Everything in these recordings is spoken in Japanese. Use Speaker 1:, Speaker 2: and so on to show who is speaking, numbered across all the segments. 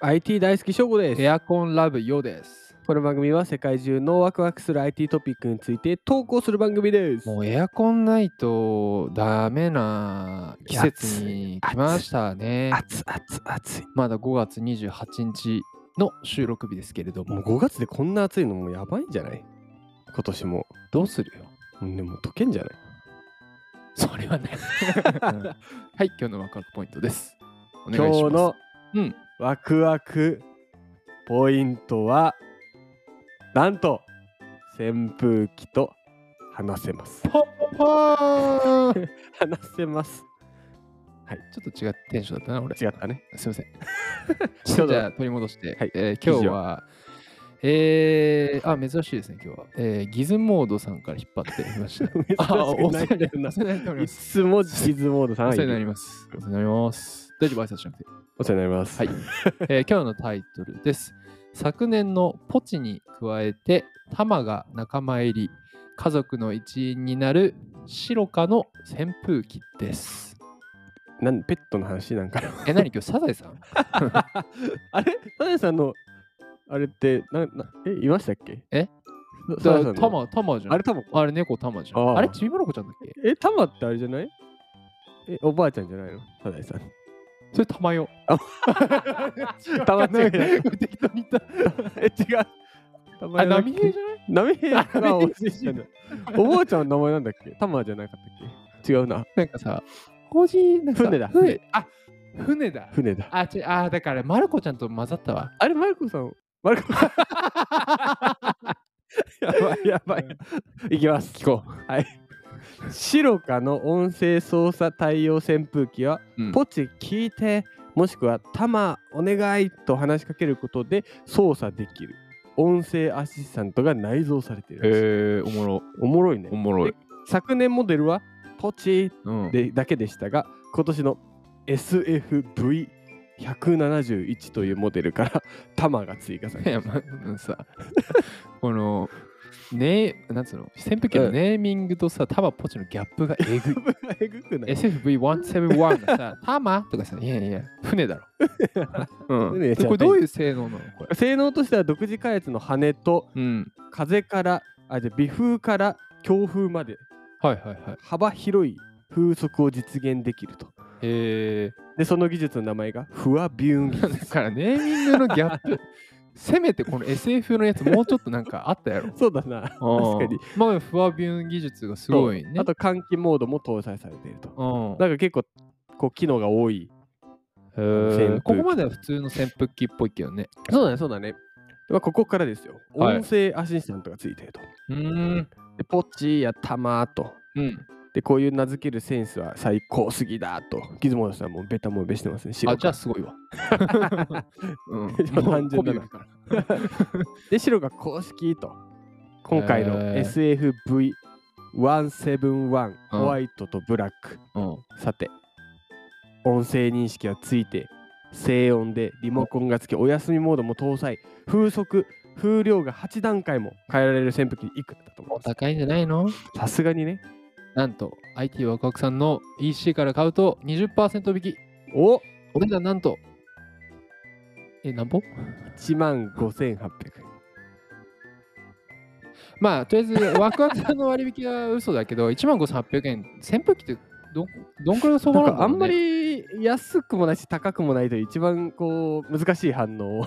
Speaker 1: IT 大好き翔吾です。
Speaker 2: エアコンラブよです。
Speaker 1: この番組は世界中のワクワクする IT トピックについて投稿する番組です。
Speaker 2: もうエアコンないとダメな季節に来ましたね。
Speaker 1: 暑い暑い暑い。
Speaker 2: まだ5月28日の収録日ですけれど
Speaker 1: もう
Speaker 2: も、
Speaker 1: 5月でこんな暑いのもうやばいんじゃない今年も。
Speaker 2: どうするよ
Speaker 1: うんでも溶けんじゃない
Speaker 2: それは ね。うんはい、今日のワクワクポイントです。お願
Speaker 1: 今
Speaker 2: いし
Speaker 1: 日
Speaker 2: ま
Speaker 1: の
Speaker 2: す。うん
Speaker 1: ワクワクポイントは、なんと扇風機と話せます。
Speaker 2: ポッポーンちょ
Speaker 1: 話せます。
Speaker 2: っと違うテンションだったな、俺。
Speaker 1: 違ったね。
Speaker 2: すい ません。
Speaker 1: ちょうど
Speaker 2: じゃあ取り戻して、
Speaker 1: はい
Speaker 2: えー今日は、えー、あ、珍しいですね、今日は。えー、ギズモードさんから引っ張ってみま した。あ、お世話になりま
Speaker 1: な
Speaker 2: す。お世話になり
Speaker 1: い
Speaker 2: ます。
Speaker 1: つもシズモードさん
Speaker 2: お
Speaker 1: はい
Speaker 2: 世話にな
Speaker 1: る
Speaker 2: ります。お世話になります。大丈夫、挨拶しなくて。
Speaker 1: お世話になります。
Speaker 2: はいえー今日のタイトルです。昨年のポチに加えて、タマが仲間入り、家族の一員になるシロカの扇風機です。
Speaker 1: なんペットの話なんかな
Speaker 2: え、何今日サザエさ ん
Speaker 1: あれサザエさんのあれってななえいましたっけ
Speaker 2: え
Speaker 1: ササザエさんの
Speaker 2: タマ、タマじゃん。
Speaker 1: あれタマ
Speaker 2: あれ猫タマじゃ
Speaker 1: あ
Speaker 2: ん。
Speaker 1: あ
Speaker 2: あれちびまる子ちゃんだっけ
Speaker 1: えタマってあれじゃないえおばあちゃんじゃないのサザエさん
Speaker 2: それタマよ。
Speaker 1: タマ 違う
Speaker 2: 適当に言った。
Speaker 1: え違うタマ
Speaker 2: あ、
Speaker 1: じゃなく
Speaker 2: 波平じゃない
Speaker 1: 波平
Speaker 2: あ
Speaker 1: がお
Speaker 2: 波
Speaker 1: じいちゃんだ
Speaker 2: お
Speaker 1: おばあちゃんの名前なんだっけタマじゃなかったっけ違うな
Speaker 2: なんかさ、法人なんかさ
Speaker 1: 船だ
Speaker 2: 船あ、船だ。
Speaker 1: 船だ
Speaker 2: あ、ちあ、だから、まる子ちゃんと混ざったわ。
Speaker 1: あれマルコさんマルコ やばいやばいいきます
Speaker 2: 聞こ
Speaker 1: シロカの音声操作対応扇風機は、
Speaker 2: うん
Speaker 1: ポチ聞いてもしくは「タマお願い」と話しかけることで操作できる音声アシスタントが内蔵されている
Speaker 2: う。
Speaker 1: らしい、
Speaker 2: えー、おもろ、
Speaker 1: おもろいね
Speaker 2: もろ
Speaker 1: い。昨年モデルはポチ
Speaker 2: うん、
Speaker 1: でだけでしたが今年の SFV171 というモデルからタマが追加され
Speaker 2: い
Speaker 1: た
Speaker 2: や、まあ、さ、 この、ねなんつうの、扇風機のネーミングとさ、タマポチのギャップがえ ぐい。
Speaker 1: えぐくない
Speaker 2: SFV171 が さ、タマとかさ、いやいや、船だろ。うん、
Speaker 1: 船じゃない
Speaker 2: これどういう性能なのこれ。
Speaker 1: 性能としては独自開発の羽と
Speaker 2: うん。
Speaker 1: 風からあじゃあ微風から強風まで
Speaker 2: はいはいはい。
Speaker 1: 幅広い風速を実現できると
Speaker 2: え
Speaker 1: でその技術の名前がフワビューン技
Speaker 2: ー、 だ からネーミングのギャップ。 せめてこの SF のやつもうちょっとなんかあったやろ。
Speaker 1: そうだな 確かに
Speaker 2: うん。まあ、フワビューン技術がすごい
Speaker 1: そう
Speaker 2: ね。
Speaker 1: あと換気モードも搭載されていると
Speaker 2: うん
Speaker 1: だから結構こう機能が多い
Speaker 2: へ
Speaker 1: 扇風
Speaker 2: ー
Speaker 1: 機
Speaker 2: ここまでは普通の扇風機っぽいけどね。
Speaker 1: そうだねそうだねまあここからですよ
Speaker 2: はい
Speaker 1: 音声アシスタントがついていると、
Speaker 2: うーん。
Speaker 1: でポッチーやタマーと
Speaker 2: うん。
Speaker 1: でこういう名付けるセンスは最高すぎだとギズモードさんもベタもべしてますね白
Speaker 2: あ、
Speaker 1: か
Speaker 2: じゃあすごいわ。うん。 もう
Speaker 1: 単純だな
Speaker 2: 媚び売るから
Speaker 1: で白が公式と今回の
Speaker 2: へ
Speaker 1: SFV171
Speaker 2: うん
Speaker 1: ホワイトとブラック、
Speaker 2: うん。
Speaker 1: さて音声認識はついて静音でリモコンがつきお休みモードも搭載風速風量が8段階も変えられる扇風機いくらだと思い
Speaker 2: お
Speaker 1: ます
Speaker 2: 高いんじゃないの
Speaker 1: さすがにね
Speaker 2: なんと、IT ワクワクさんの EC から買うと20%引き。
Speaker 1: お
Speaker 2: お値段なんと、え、なんぼ
Speaker 1: 1万5800円
Speaker 2: まあ、とりあえず、ワクワクさんの割引は嘘だけど、1万5800円、扇風機ってどどんくらいの相
Speaker 1: な
Speaker 2: 場
Speaker 1: ん
Speaker 2: なの
Speaker 1: かあんまり安くもないし高くもないという一番こ う難しい反応を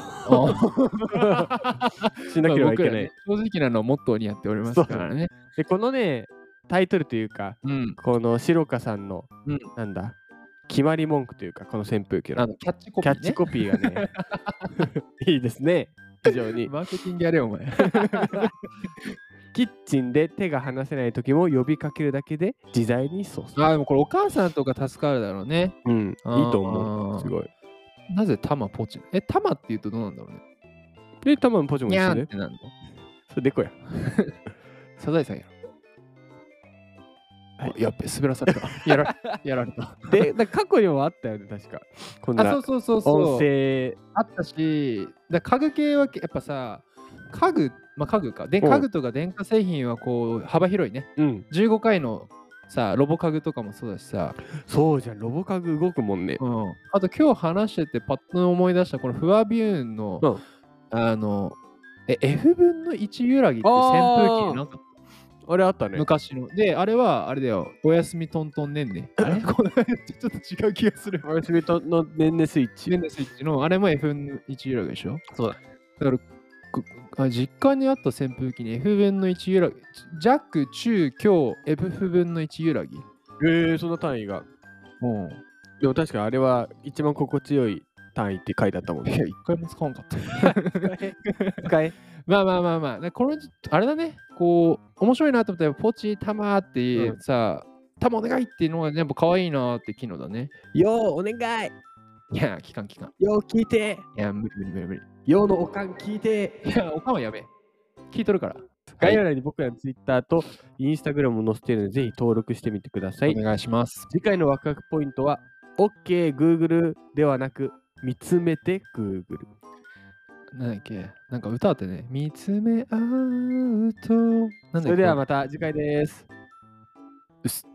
Speaker 1: しなければいけない、
Speaker 2: 正直なのをモットーにやっておりますからね。
Speaker 1: でこのねタイトルというか
Speaker 2: うん。
Speaker 1: この白川さんの、
Speaker 2: うん
Speaker 1: なんだ決まり文句というかこの扇風機の
Speaker 2: あのキャッチコ
Speaker 1: キ
Speaker 2: ピ
Speaker 1: ャ
Speaker 2: ー、ね
Speaker 1: ッ。チコピーがね いいですね非常に
Speaker 2: マーケティングやれよ、お前。
Speaker 1: キッチンで手が離せない時も呼びかけるだけで自在に操作
Speaker 2: あでもこれお母さんとか助かるだろうね。
Speaker 1: うんいい
Speaker 2: あー
Speaker 1: と思うすごい
Speaker 2: なぜタマポチえ、タマって言うとどうなんだろうね。
Speaker 1: でタマンポチも
Speaker 2: に
Speaker 1: 一緒
Speaker 2: ゃーっ
Speaker 1: ね
Speaker 2: てなんだ。
Speaker 1: それでこや
Speaker 2: サザエさんやろ。
Speaker 1: はい
Speaker 2: あやっべ、滑らさ れた。やらやられた。
Speaker 1: でだ過去にもあったよね確かこん
Speaker 2: あ、そ
Speaker 1: な
Speaker 2: うそうそう
Speaker 1: 音
Speaker 2: そう。
Speaker 1: 声
Speaker 2: あったし、だ家具系はけやっぱさ、家具、まあ、家具か。で、
Speaker 1: うん
Speaker 2: 家具とか電化製品はこう幅広いね。
Speaker 1: うん
Speaker 2: 15回のさロボカグとかもそうだしさ、
Speaker 1: そうじゃん、ロボカグ動くもんね。
Speaker 2: うん、あと今日話しててパッと思い出したこのフアビューンの、
Speaker 1: うん
Speaker 2: あのえ F 分の1揺らぎって扇風機なんか
Speaker 1: あれあったね。
Speaker 2: 昔のであれはあれだよおやすみトントンねん ねあれこの間とちょっと違う気がする
Speaker 1: おやすみとの年齢スイッチ。
Speaker 2: ねんねスイッチのあれも F 分の1揺らぎでしょ
Speaker 1: そうだ。
Speaker 2: だからこあ実家にあった扇風機に F 分の1揺らぎ弱中強 F 分の1揺らぎ
Speaker 1: えー、そんな単位が。
Speaker 2: うん
Speaker 1: でも確かあれは一番心地よい単位って書いてあったもん
Speaker 2: い
Speaker 1: ね
Speaker 2: や。一回も使わんかった
Speaker 1: 使え
Speaker 2: まあまあまあまあ、でこのじあれだね、こう、面白いなと思ったら、ポチ、タマって
Speaker 1: うん
Speaker 2: さ、タマお願いっていうのがやっぱ可愛いなって機能だね。
Speaker 1: ようお願い
Speaker 2: いや、期間期間。
Speaker 1: よう聞いて
Speaker 2: いや、無理無理無理無理。
Speaker 1: ようのおかん聞いて
Speaker 2: いや、おかんはやべえ。聞いとるから。
Speaker 1: 概要欄に僕らの Twitter と Instagram も載せているのでぜひ登録してみてください。
Speaker 2: お願いします。
Speaker 1: 次回のワクワクポイントは OK Google ではなく見つめて Google。
Speaker 2: なんだっけ、なんか歌ってね、見つめ合うと、なんだっけ、
Speaker 1: それではまた次回です。
Speaker 2: うっす